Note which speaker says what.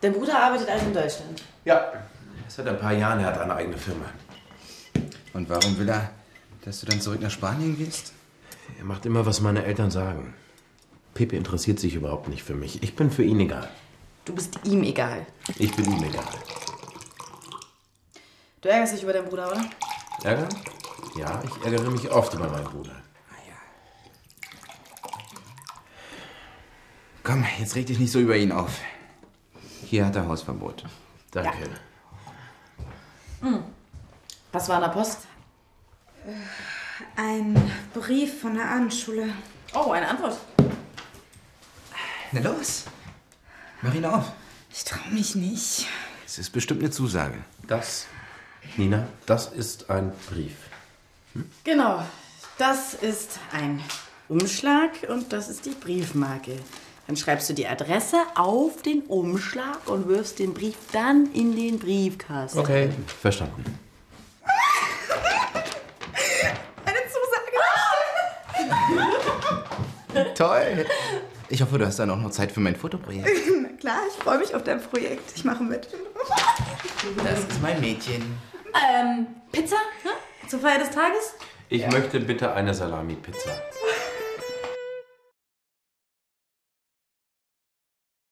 Speaker 1: Dein Bruder arbeitet also in Deutschland.
Speaker 2: Ja. Seit ein paar Jahren, er hat eine eigene Firma.
Speaker 3: Und warum will er, dass du dann zurück nach Spanien gehst?
Speaker 2: Er macht immer, was meine Eltern sagen. Pepe interessiert sich überhaupt nicht für mich. Ich bin für ihn egal.
Speaker 4: Du bist ihm egal.
Speaker 2: Ich bin ihm egal.
Speaker 1: Du ärgerst dich über deinen Bruder, oder?
Speaker 2: Ärger? Ja, ich ärgere mich oft über meinen Bruder.
Speaker 3: Komm, jetzt reg dich nicht so über ihn auf. Hier hat er Hausverbot.
Speaker 2: Danke.
Speaker 1: Was war an der Post?
Speaker 5: Ein Brief von der Abendschule.
Speaker 1: Oh, eine Antwort.
Speaker 3: Na los. Mach ihn auf.
Speaker 5: Ich traue mich nicht.
Speaker 3: Es ist bestimmt eine Zusage.
Speaker 2: Das, Nina, das ist ein Brief.
Speaker 1: Genau. Das ist ein Umschlag und das ist die Briefmarke. Dann schreibst du die Adresse auf den Umschlag und wirfst den Brief dann in den Briefkasten.
Speaker 2: Okay, verstanden.
Speaker 3: Toll. Ich hoffe, du hast dann auch noch Zeit für mein Fotoprojekt.
Speaker 5: Klar, ich freue mich auf dein Projekt. Ich mache mit.
Speaker 3: Das ist mein Mädchen.
Speaker 4: Pizza? Ne? Zur Feier des Tages?
Speaker 2: Ich möchte bitte eine Salami-Pizza.